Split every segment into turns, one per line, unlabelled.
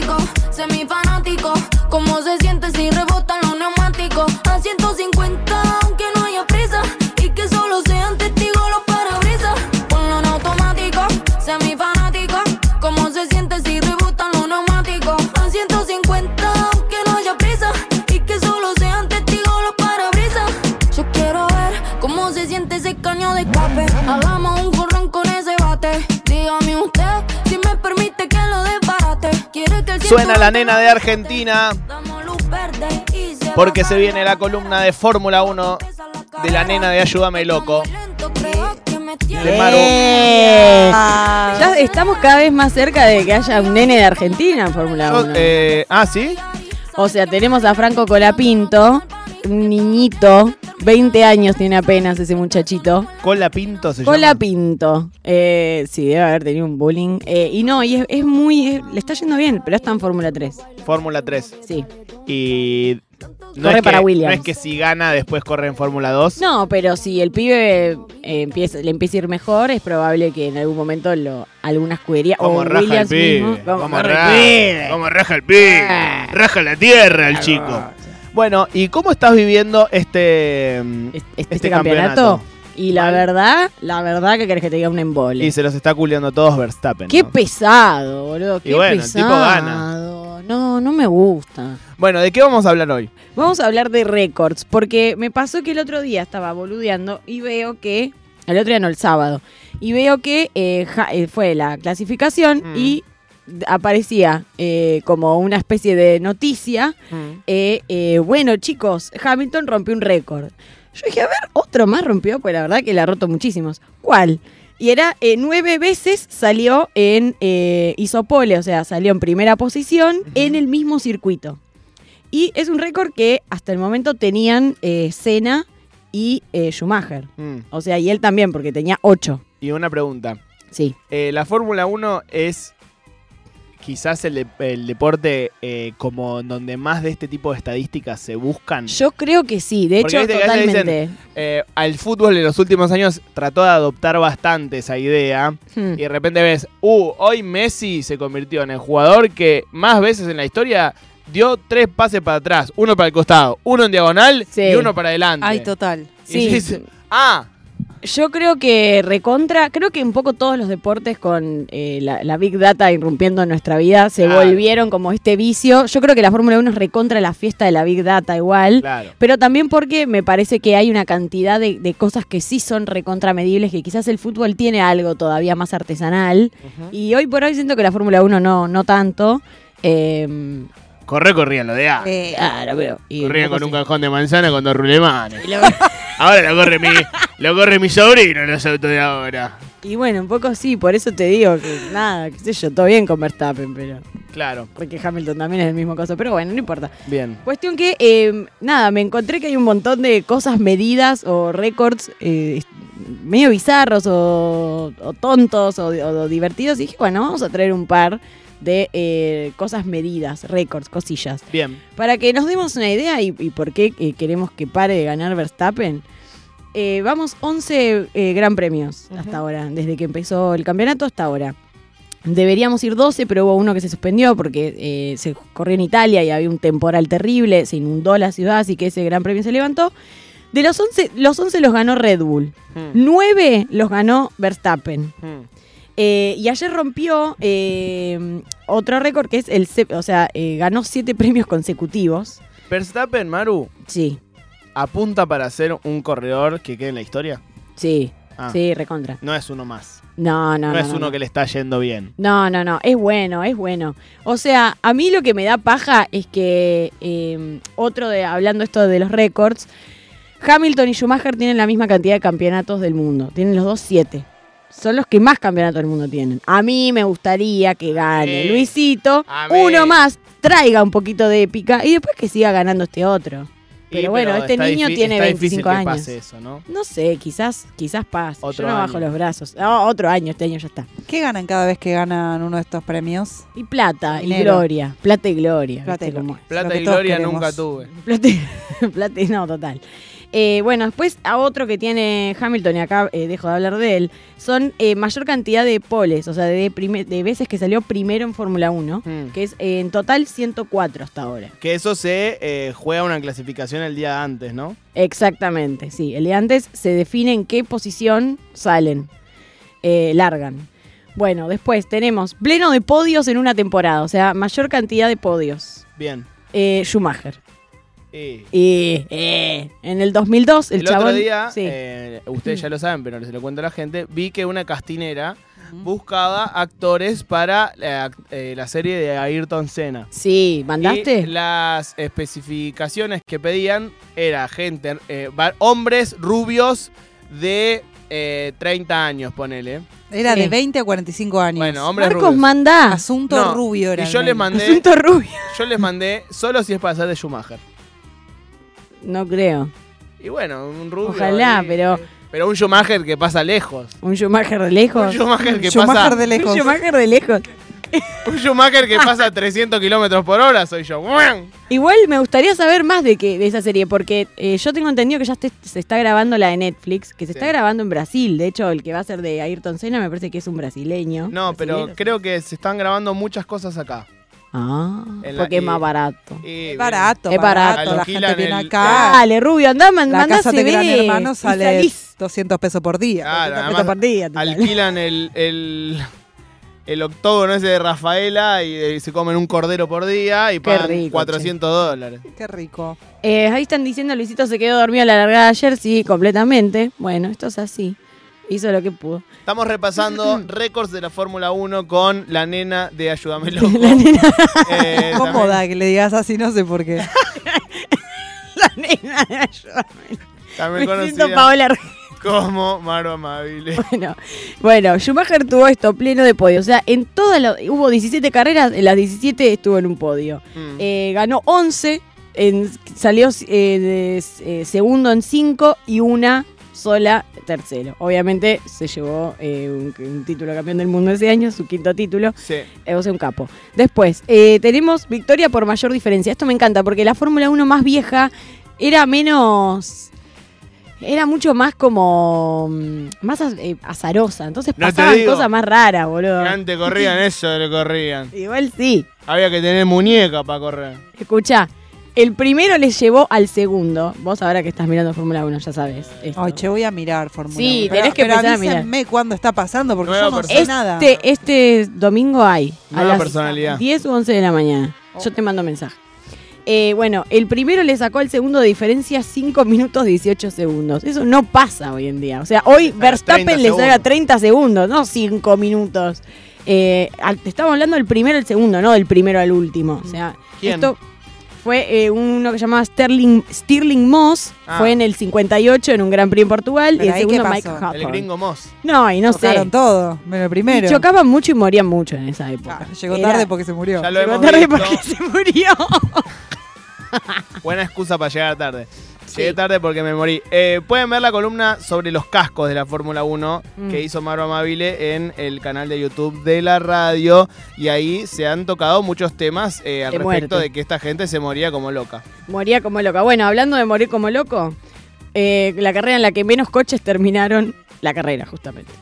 eres mi fanático. ¿Cómo se siente si rebotan los neumáticos? A 150, aunque no haya prisa. Y que solo sean testigos los parabrisas. Ponlo en automático, sé mi fanático. ¿Cómo se siente si rebotan los neumáticos? A 150, aunque no haya prisa. Y que solo sean testigos los parabrisas. Yo quiero ver cómo se siente ese caño de escape. Hagamos un corrón con ese bate. Dígame usted si me permite que lo desbarate. Quiere que el
Suena la
120
nena de Argentina
Damos luz verde y se
porque
va
se
para
viene la columna de Fórmula 1 de la nena de Ayúdame Loco.
lento, creo que me tiene.
De Maru.
¡Eh! Ya estamos cada vez más cerca de que haya un nene de Argentina en Fórmula
Yo,
1.
eh, ah, ¿sí?
O sea, tenemos a Franco Colapinto, un niñito, 20 años tiene apenas ese muchachito.
Cola Pinto se llama.
Colapinto, eh, sí, debe haber tenido un bullying. Eh, y no, y es, es muy, es- le está yendo bien, pero está en Fórmula 3.
Fórmula 3.
Sí.
Y. No
Corre
es
para
que,
Williams.
No es que si gana después corre en Fórmula 2.
No, pero si el pibe eh, empieza, le empieza a ir mejor, es probable que en algún momento lo, alguna escudería
Como
o
raja
Oh, Williams
el pibe.
mismo-
Como
Vamos,
raja,
raja el pibe.
Como raja el pibe.
Ah.
Raja la tierra el chico. Bueno, ¿y cómo estás viviendo este, mm,
Este, este campeonato, Y la
Mal.
verdad, la verdad que querés que te diga un embole.
Y se los está culiando todos Verstappen.
Qué
¿no?
pesado, boludo. Qué
bueno, el tipo
pesado.
gana.
No, no me gusta.
Bueno, ¿de qué vamos a hablar hoy?
Vamos a hablar de récords, porque me pasó que el otro día estaba boludeando y veo que. El otro día no, el sábado. Y veo que eh, ja- eh, fue la clasificación
Mm.
y d- aparecía eh, como una especie de noticia. eh, eh, bueno, chicos, Hamilton rompió un récord. Yo dije, a ver, otro más rompió, pues la verdad que la ha roto muchísimos. ¿Cuál? Y era eh, nueve veces salió en eh, isopole, o sea, salió en primera posición en el mismo circuito. Y es un récord que hasta el momento tenían eh, Senna y eh, Schumacher.
Mm.
O sea, y él también, porque tenía ocho.
Y una pregunta.
Sí.
Eh, la Fórmula 1 es quizás el, de- el deporte eh, como donde más de este tipo de estadísticas se buscan.
Yo creo que sí, de
Mm. Porque
hecho,
viste que a veces dicen,
totalmente.
Eh, al fútbol en los últimos años trató de adoptar bastante esa idea.
Hmm.
Y de repente ves, uh, hoy Messi se convirtió en el jugador que más veces en la historia dio tres pases para atrás, uno para el costado, uno en diagonal
Sí.
y uno para adelante.
Ay, total.
Y
Sí.
decís, ah,
Yo creo que recontra, creo que un poco todos los deportes con eh, la, la Big Data irrumpiendo en nuestra vida se
Claro.
volvieron como este vicio. Yo creo que la Fórmula 1 es recontra la fiesta de la Big Data igual.
claro.
Pero también porque me parece que hay una cantidad de, de cosas que sí son recontramedibles, que quizás el fútbol tiene algo todavía más artesanal. Y hoy por hoy siento que la Fórmula 1 no, no tanto. Em,
Corre, corría lo de A.
Eh,
claro, pero. y
Corría
una
con un
cosa-
cajón de manzana con dos rulemanes. Ahora lo corre mi, lo corre mi sobrino en los autos de ahora.
Y bueno, un poco sí, por eso te digo que nada, qué sé yo, todo bien con Verstappen, pero.
Claro,
Porque Hamilton también es el mismo caso, pero bueno, no importa.
bien.
Cuestión que, eh, nada, me encontré que hay un montón de cosas medidas o récords eh, medio bizarros o, o tontos o, o divertidos. Y dije, bueno, vamos a traer un par de eh, cosas medidas, récords, cosillas.
Bien.
Para que nos demos una idea y, y por qué eh, queremos que pare de ganar Verstappen, eh, vamos 11 eh, gran premios hasta ahora, desde que empezó el campeonato hasta ahora. Deberíamos ir 12, pero hubo uno que se suspendió porque eh, se corrió en Italia y había un temporal terrible, se inundó la ciudad, así que ese gran premio se levantó. De los 11, los 11 los ganó Red Bull, 9 los ganó Verstappen.
Hmm.
Eh, y ayer rompió eh, otro récord que es el, se- o sea, eh, ganó siete premios consecutivos.
Verstappen, Maru,
Sí,
apunta para ser un corredor que quede en la historia.
sí,
Ah,
sí, recontra.
No es uno más.
No, no,
No,
no.
es
no,
uno
no.
que le está yendo bien.
No, no, no, es bueno, es bueno. O sea, a mí lo que me da paja es que eh, otro de, hablando esto de los récords, Hamilton y Schumacher tienen la misma cantidad de campeonatos del mundo, tienen los dos siete. Son los que más campeonatos del mundo tienen. A mí me gustaría que gane
mí.
Luisito,
A mí.
uno más, traiga un poquito de épica y después que siga ganando este otro. Pero bueno, este
está
niño
difi-
tiene
está
25
difícil que
años.
pase eso, ¿no?
No sé, quizás, quizás pase.
Otro
Yo no
año.
bajo los brazos. No, otro año, este año ya está.
¿Qué ganan cada vez que ganan uno de estos premios?
Y plata y
Dinero.
gloria. Plata y gloria.
Plata y
¿viste cómo
gloria. Plata Lo que y todos gloria queremos. nunca
tuve.
es? Plata, y- plata y- no, total. Eh, bueno, después a otro que tiene Hamilton, y acá eh, dejo de hablar de él, son eh, mayor cantidad de poles, o sea, de, prime- de veces que salió primero en Fórmula 1,
Mm.
que es eh, en total 104 hasta ahora.
Que eso se eh, juega una clasificación el día antes, ¿no?
Exactamente, sí. El de antes se define en qué posición salen, eh, largan. Bueno, después tenemos pleno de podios en una temporada, o sea, mayor cantidad de podios.
Bien.
Eh, Schumacher.
Y
Y eh, en el 2002, el,
el otro
chabón-
día,
sí.
eh, ustedes ya lo saben, pero se lo cuento a la gente, vi que una castinera buscaba actores para la, eh, la serie de Ayrton Senna.
Sí, ¿mandaste?
Y las especificaciones que pedían era gente, eh, va- hombres rubios de eh, 30 años, ponele.
Era de
Sí.
20 a 45 años.
Bueno, hombres
Marcos,
rubios.
mandá.
Asunto
No,
rubio era.
y yo
el
les
mail.
mandé,
Asunto rubio.
yo les mandé solo si es para hacer de Schumacher.
No creo.
Y bueno, un rubio.
Ojalá,
ahí,
pero
Pero un Schumacher que pasa lejos.
un Schumacher de lejos.
Un Schumacher que
Schumacher
pasa.
de lejos.
Un Schumacher de lejos.
Un Schumacher que pasa 300 kilómetros por hora, soy yo. ¡Muan!
Igual me gustaría saber más de que de esa serie, porque eh, yo tengo entendido que ya este- se está grabando la de Netflix, que se
Sí.
está grabando en Brasil. De hecho, el que va a ser de Ayrton Senna me parece que es un brasileño.
No, pero
Brasilero.
creo que se están grabando muchas cosas acá.
Ah,
En la-
porque es
y-
más barato.
Y, Ah.
Es barato,
Es barato. Ah,
barato. La
Alquilan
gente viene
el-
acá.
Dale, Rubio, andá, man-
La
mandá
casa de
CV
Gran Hermano
y
sale
salís.
200 pesos por día.
Claro,
Te
además,
perdía, total.
alquilan el, el, el octógono ese de Rafaela y eh, se comen un cordero por día y pagan
rico, che.
400 dólares.
Qué rico.
Eh, ahí están diciendo Luisito se quedó dormido a la largada ayer, sí, completamente. Bueno, esto es así. Hizo lo que pudo.
Estamos repasando récords de la Fórmula 1 con la nena de Ayúdame Loco.
La nena,
Eh, también-
Cómoda que le digas así, no sé por qué.
la nena de ayudarme.
también
Me siento
conocida
Paola Re-
como Maro Amabile.
Bueno, bueno, Schumacher tuvo esto pleno de podio. O sea, en todas las. Hubo 17 carreras, en las 17 estuvo en un podio.
Mm.
Eh, ganó 11, en- salió eh, de- eh, segundo en 5 y una sola tercero. Obviamente se llevó eh, un, un título de campeón del mundo ese año, su quinto título.
Sí.
Eh, o sea, un capo. Después, eh, tenemos victoria por mayor diferencia. Esto me encanta porque la Fórmula 1 más vieja era menos. Era mucho más como. mm, más az- eh, azarosa. Entonces
No te
pasaban
digo.
cosas más raras, boludo.
Antes corrían eso, le corrían.
Igual sí.
Había que tener muñeca para correr.
Escucha, el primero le llevó al segundo. Vos ahora que estás mirando Fórmula 1 ya sabes. esto.
Ay, che, voy a mirar Fórmula
Sí,
1.
tenés que
pero,
empezar a
pero
mirar.
avísenme cuándo está pasando, porque
Nueva
yo no sé
persona.
nada.
este, este domingo hay. A
Nueva
las
personalidad.
10 u 11 de la mañana. Yo te mando mensaje. Eh, bueno, el primero le sacó al segundo de diferencia 5 minutos 18 segundos. Eso no pasa hoy en día. O sea, hoy
saca 30
Verstappen le saca
segundos.
30 segundos, no 5 minutos. Eh, al- te estaba hablando del primero al segundo, no del primero al último. O sea,
¿Quién?
esto fue eh, uno que llamaba Sterling, Stirling Moss.
Ah.
Fue en el 58 en un Gran Prix en Portugal.
Pero
y el
ahí, ¿qué
segundo
pasó?
Mike
El
El
Hawthorne.
gringo Moss.
No, y no sé.
Tocaron todo, menos primero.
Y chocaban mucho y morían mucho en esa época.
Ah, llegó
Era-
tarde porque se murió.
Ya lo
Llegó
hemos
tarde
visto.
porque se murió.
Buena excusa para llegar tarde.
Sí.
Llegué tarde porque me morí. Eh, Pueden ver la columna sobre los cascos de la Fórmula 1
Mm.
que hizo Maro Amabile en el canal de YouTube de la radio. Y ahí se han tocado muchos temas eh, al
De
respecto
muerte.
de que esta gente se moría como loca.
Moría como loca. Bueno, hablando de morir como loco, eh, la carrera en la que menos coches terminaron la carrera, justamente.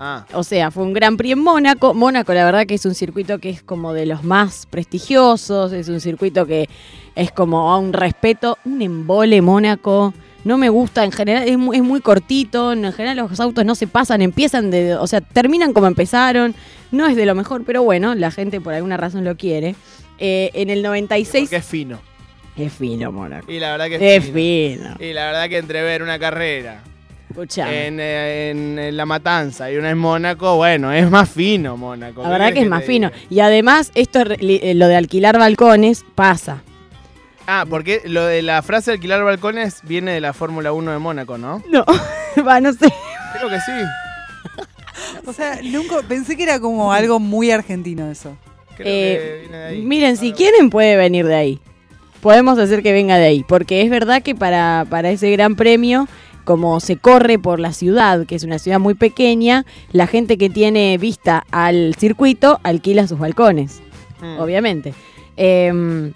Ah,
O sea, fue un Gran Prix en Mónaco. Mónaco, la verdad que es un circuito que es como de los más prestigiosos, es un circuito que es como a un respeto, un embole Mónaco. No me gusta, en general es muy, es muy cortito, en general los autos no se pasan, empiezan de, o sea, terminan como empezaron, no es de lo mejor, pero bueno, la gente por alguna razón lo quiere. Eh, en el 96...
porque es fino.
Es fino, Mónaco.
Y la verdad que es
Es
fino.
fino.
Y la verdad que entre ver una carrera
Escucha.
en, eh, en, eh, La Matanza y una en Mónaco, bueno, es más fino Mónaco.
La
¿Qué
verdad
querés
que es
te
más
diga?
fino. Y además, esto re- li- eh, lo de alquilar balcones pasa.
Ah, porque lo de la frase alquilar balcones viene de la Fórmula 1 de Mónaco, ¿no?
No, va, no sé.
Creo que sí.
O sea, nunca pensé que era como algo muy argentino eso.
Creo que
Eh,
viene de ahí.
Miren, si
Ah,
quieren puede venir de ahí. Podemos hacer que venga de ahí, porque es verdad que para, para ese gran premio, como se corre por la ciudad, que es una ciudad muy pequeña, la gente que tiene vista al circuito alquila sus balcones,
mm.
obviamente. Em,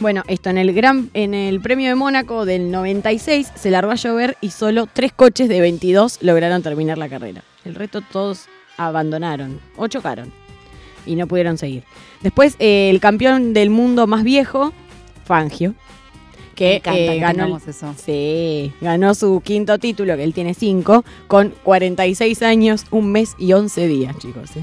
Bueno, esto en el gran, en el premio de Mónaco del 96 se largó a llover y solo tres coches de 22 lograron terminar la carrera. El resto todos abandonaron o chocaron y no pudieron seguir. Después eh, el campeón del mundo más viejo, Fangio,
Me
que
encanta
eh,
que
ganó el-
tengamos eso.
Sí, ganó su quinto título, que él tiene cinco, con 46 años, un mes y 11 días, chicos. ¿eh?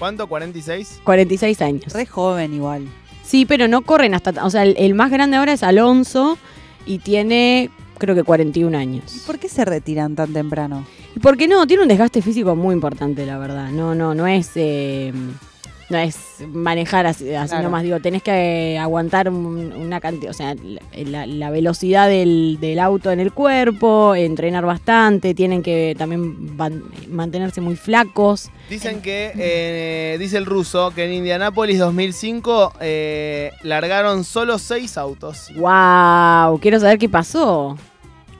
¿Cuánto? ¿46?
46 años.
Re joven igual.
Sí, pero no corren hasta... ta- O sea, el, el más grande ahora es Alonso y tiene, creo que 41
¿Y
años.
por qué se retiran tan temprano?
¿Y por qué no? Tiene un desgaste físico muy importante, la verdad. No, no, no es... eh, no es manejar así, así
Claro.
nomás, digo, tenés que eh, aguantar un- una cantidad, o sea, la, la- la velocidad del, del auto en el cuerpo, entrenar bastante, tienen que también van- mantenerse muy flacos.
Dicen que, eh, dice el ruso, que en Indianápolis 2005 eh, largaron solo seis autos.
¡Wow! Quiero saber qué pasó.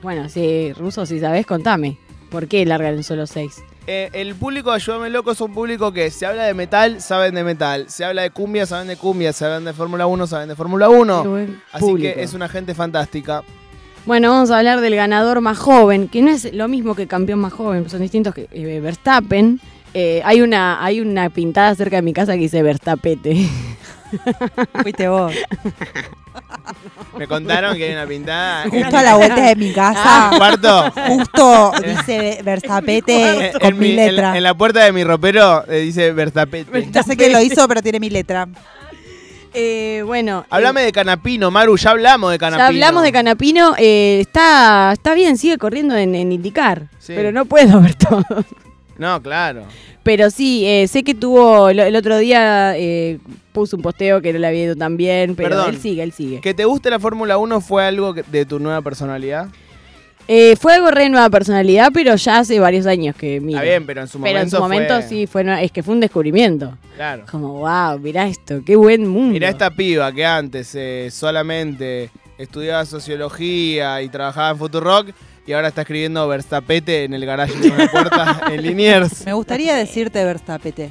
Bueno, si ruso, si sabés, contame. ¿Por qué largaron solo seis?
Eh, el público de Ayúdame Loco es un público que se habla de metal, saben de metal. Se habla de cumbia, saben de cumbia. Se hablan de Fórmula 1, saben de Fórmula 1. Así que es una gente fantástica.
Bueno, vamos a hablar del ganador más joven, que no es lo mismo que campeón más joven, son distintos que eh, Verstappen. Eh, hay, una, hay una pintada cerca de mi casa que dice Verstapete.
Fuiste vos.
Me contaron que hay una pintada.
Justo a la vuelta de mi casa.
Cuarto.
Justo dice Versapete con
En,
mi,
Ah. mi- en-
letra.
en la puerta de mi ropero eh, dice Verstapete.
Ya sé que lo hizo, pero tiene mi letra.
Eh, bueno. eh,
Háblame de Canapino, Maru, ya hablamos de Canapino.
ya hablamos de Canapino, eh, está, está bien, sigue corriendo en, en indicar,
Sí.
pero no puedo ver todo.
No, claro.
Pero sí, eh, sé que tuvo, lo- el otro día eh, puso un posteo que no le había ido tan bien, pero
Perdón.
él sigue, él sigue.
¿Que te guste la Fórmula 1 fue algo que- de tu nueva personalidad?
Eh, fue algo re nueva personalidad, pero ya hace varios años que mira.
Está bien, pero en su
Pero en
momento
su momento
fue-
sí, fue, una- es que fue un descubrimiento.
Claro.
Como, wow, mirá esto, qué buen mundo.
Mirá esta piba que antes eh, solamente estudiaba sociología y trabajaba en Futurock y ahora está escribiendo Verstapete en el garaje de una puerta en Liniers.
Me gustaría decirte Versapete.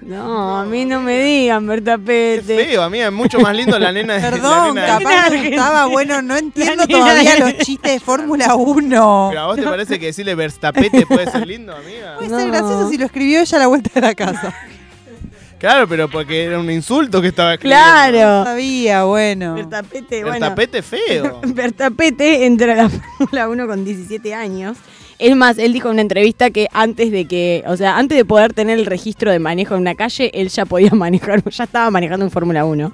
No, a mí no me digan,
Qué
Bertapete.
feo, amiga, es mucho más lindo la nena. la
Perdón,
nena-
capaz no estaba bueno. No entiendo
La nena
todavía
de-
los chistes de Fórmula 1.
Pero a vos te parece que decirle Verstapete puede ser lindo, amiga.
Puede
No.
ser gracioso si lo escribió ella a la vuelta de la casa.
Claro, pero porque era un insulto que estaba escribiendo.
No
Claro.
sabía, bueno.
Bertapete, bueno.
Verstapete feo.
Bertapete entra a la Fórmula 1 con 17 años. Es más, él dijo en una entrevista que antes de que, o sea, antes de poder tener el registro de manejo en una calle, él ya podía manejar, ya estaba manejando en Fórmula 1.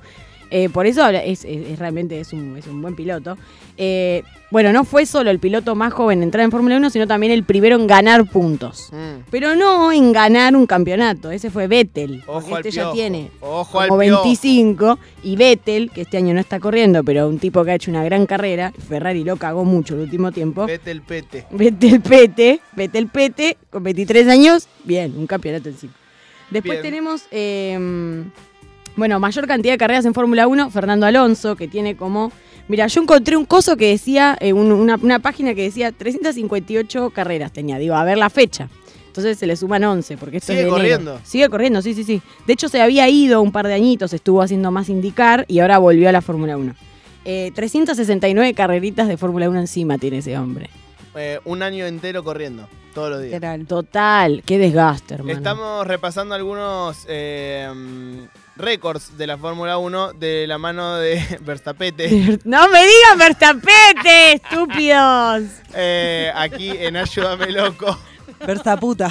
Eh, por eso habla- es, es- es realmente es un, es un buen piloto. Eh, bueno, no fue solo el piloto más joven en entrar en Fórmula 1, sino también el primero en ganar puntos.
Mm.
Pero no en ganar un campeonato. Ese fue Vettel. porque
Ojo al
este ya
piojo.
tiene
Ojo al
como
piojo.
25 y Vettel, que este año no está corriendo, pero un tipo que ha hecho una gran carrera, Ferrari lo cagó mucho el último tiempo.
Vete el pete.
Vettel Pete, Vettel Pete, con 23 años, bien, un campeonato encima. Después
Bien.
tenemos, eh, bueno, mayor cantidad de carreras en Fórmula 1, Fernando Alonso, que tiene como, mira, yo encontré un coso que decía, eh, un- una, una página que decía 358 carreras tenía, digo, a ver la fecha. Entonces se le suman 11, porque esto
Sigue
es de enero.
corriendo.
Sigue corriendo, sí, sí, sí. De hecho, se había ido un par de añitos, estuvo haciendo más indicar y ahora volvió a la Fórmula 1. Eh, 369 carreritas de Fórmula 1 encima tiene ese hombre.
Eh, un año entero corriendo, todos los días.
Literal.
Total, qué desgaste, hermano.
Estamos repasando algunos eh, mm, récords de la Fórmula 1 de la mano de Verstapete
No me digan Verstapete, estúpidos.
eh, aquí en Ayúdame Loco.
Versaputa.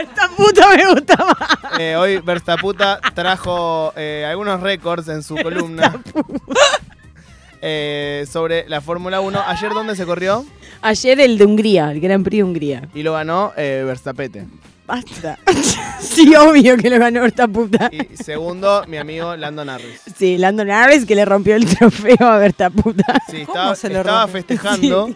Esta puta me gusta más.
Eh, hoy Verstaputa trajo eh, algunos récords en su columna eh, sobre la Fórmula 1. Ayer, ¿dónde se corrió?
Ayer el de Hungría, el Gran Prix de Hungría.
Y lo ganó eh, Verstapete.
Basta. sí, obvio que lo ganó esta puta.
Y segundo, mi amigo Lando Norris.
Sí, Lando Norris que le rompió el trofeo a Verstaputa.
Sí,
¿Cómo
estaba,
se lo
estaba
rompe?
festejando.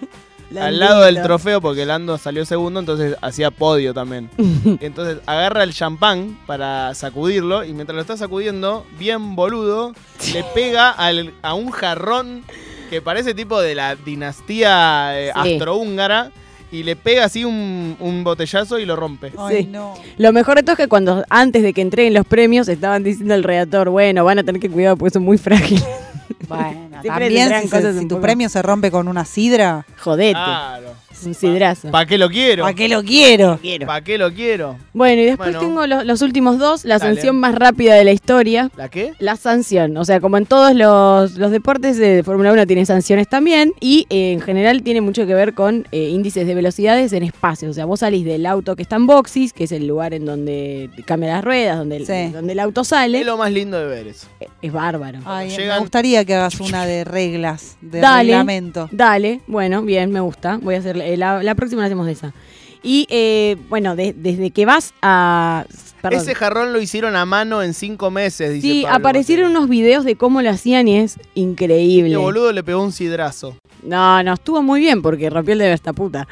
Al lado del trofeo, porque Lando salió segundo, entonces hacía podio también. Y entonces agarra el champán para sacudirlo y mientras lo está sacudiendo, bien boludo, le pega al- a un jarrón que parece tipo de la dinastía eh,
Sí.
astrohúngara y le pega así un, un botellazo y lo rompe.
Ay,
Sí.
no.
Lo mejor de todo es que cuando antes de que entreguen los premios estaban diciendo al redactor, bueno, van a tener que cuidar porque son muy frágiles.
Bueno,
No,
Siempre
también
tendrán
si,
cosas
se-
un
si tu
poco-
premio se rompe con una sidra,
Jodete.
Claro.
un sidrazo.
¿Para qué lo quiero?
¿para qué lo quiero?
Quiero.
¿Para qué lo quiero?
Bueno, y después
Bueno.
tengo los, los últimos dos, la
Dale.
sanción más rápida de la historia.
¿La qué?
La sanción, o sea, como en todos los, los deportes de Fórmula 1 tiene sanciones también y eh, en general tiene mucho que ver con eh, índices de velocidades en espacios. O sea, vos salís del auto que está en boxes, que es el lugar en donde cambia las ruedas, donde el,
Sí.
donde el auto sale.
Es lo más lindo de ver eso.
Es bárbaro.
Ay,
Llegan-
Me gustaría que hagas una de reglas, de
Dale.
reglamento.
Dale, bueno, bien, me gusta. Voy a hacer eh, la, la próxima la hacemos de esa. Y eh, bueno, de- desde que vas a... perdón.
Ese jarrón lo hicieron a mano en cinco meses, dice
Sí,
Pablo
aparecieron
Mateo.
unos videos de cómo lo hacían y es increíble.
Este boludo le pegó un sidrazo.
No, no, estuvo muy bien porque rompió el de esta puta.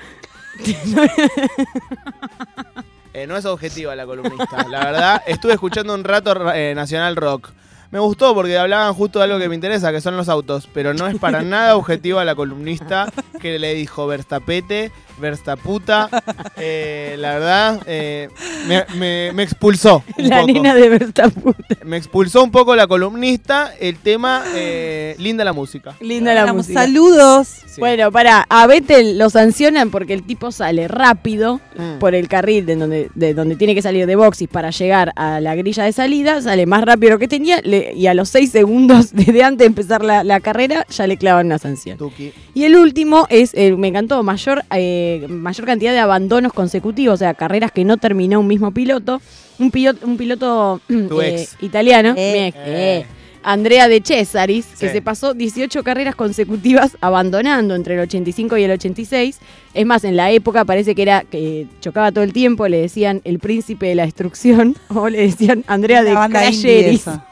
Eh, no es objetiva la columnista, la verdad. Estuve escuchando un rato ra- eh, Nacional Rock. Me gustó porque hablaban justo de algo que me interesa, que son los autos, pero no es para nada objetiva la columnista que le dijo Verstapete, Verstaputa. Eh, la verdad, eh, me, me- me expulsó. un
La
poco.
nena de esta puta.
Me expulsó un poco la columnista el tema eh, Linda la música.
Linda la
Vamos,
música.
Saludos.
Sí.
Bueno, pará, a Vettel lo sancionan porque el tipo sale rápido
Mm.
por el carril de donde, de donde tiene que salir de boxes para llegar a la grilla de salida, sale más rápido lo que tenía le- y a los seis segundos desde antes de empezar la, la carrera ya le clavan una sanción.
Tuki.
Y el último es, eh, me encantó, mayor, eh, mayor cantidad de abandonos consecutivos, o sea, carreras que no terminó un mismo piloto. Un piloto, un piloto
Tu
eh,
ex.
italiano,
Eh.
mi ex,
Eh.
eh, Andrea de Cesaris, que
Sí.
se pasó 18 carreras consecutivas abandonando entre el 85 y el 86. Es más, en la época parece que era que chocaba todo el tiempo, le decían el príncipe de la destrucción o le decían Andrea de
La banda indie
Crasheris.
esa.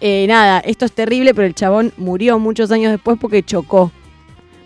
Eh, nada, esto es terrible, pero el chabón murió muchos años después porque chocó.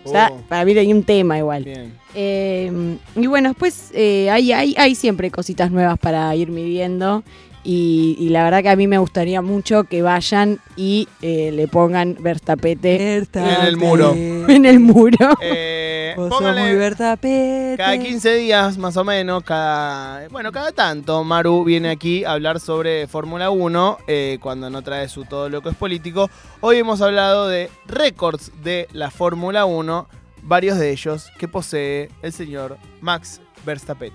O sea,
Oh,
para mí hay un tema igual.
bien.
Eh, y bueno, después eh, hay, hay, hay siempre cositas nuevas para ir midiendo. Y, y la verdad que a mí me gustaría mucho que vayan y eh, le pongan Verstapete
En el muro.
en el muro.
Eh,
Vos sos muy
póngale
Vertapete.
cada 15 días más o menos, cada bueno, cada tanto Maru viene aquí a hablar sobre Fórmula 1 eh, cuando no trae su todo lo que es político. Hoy hemos hablado de récords de la Fórmula 1, varios de ellos que posee el señor Max Verstappen.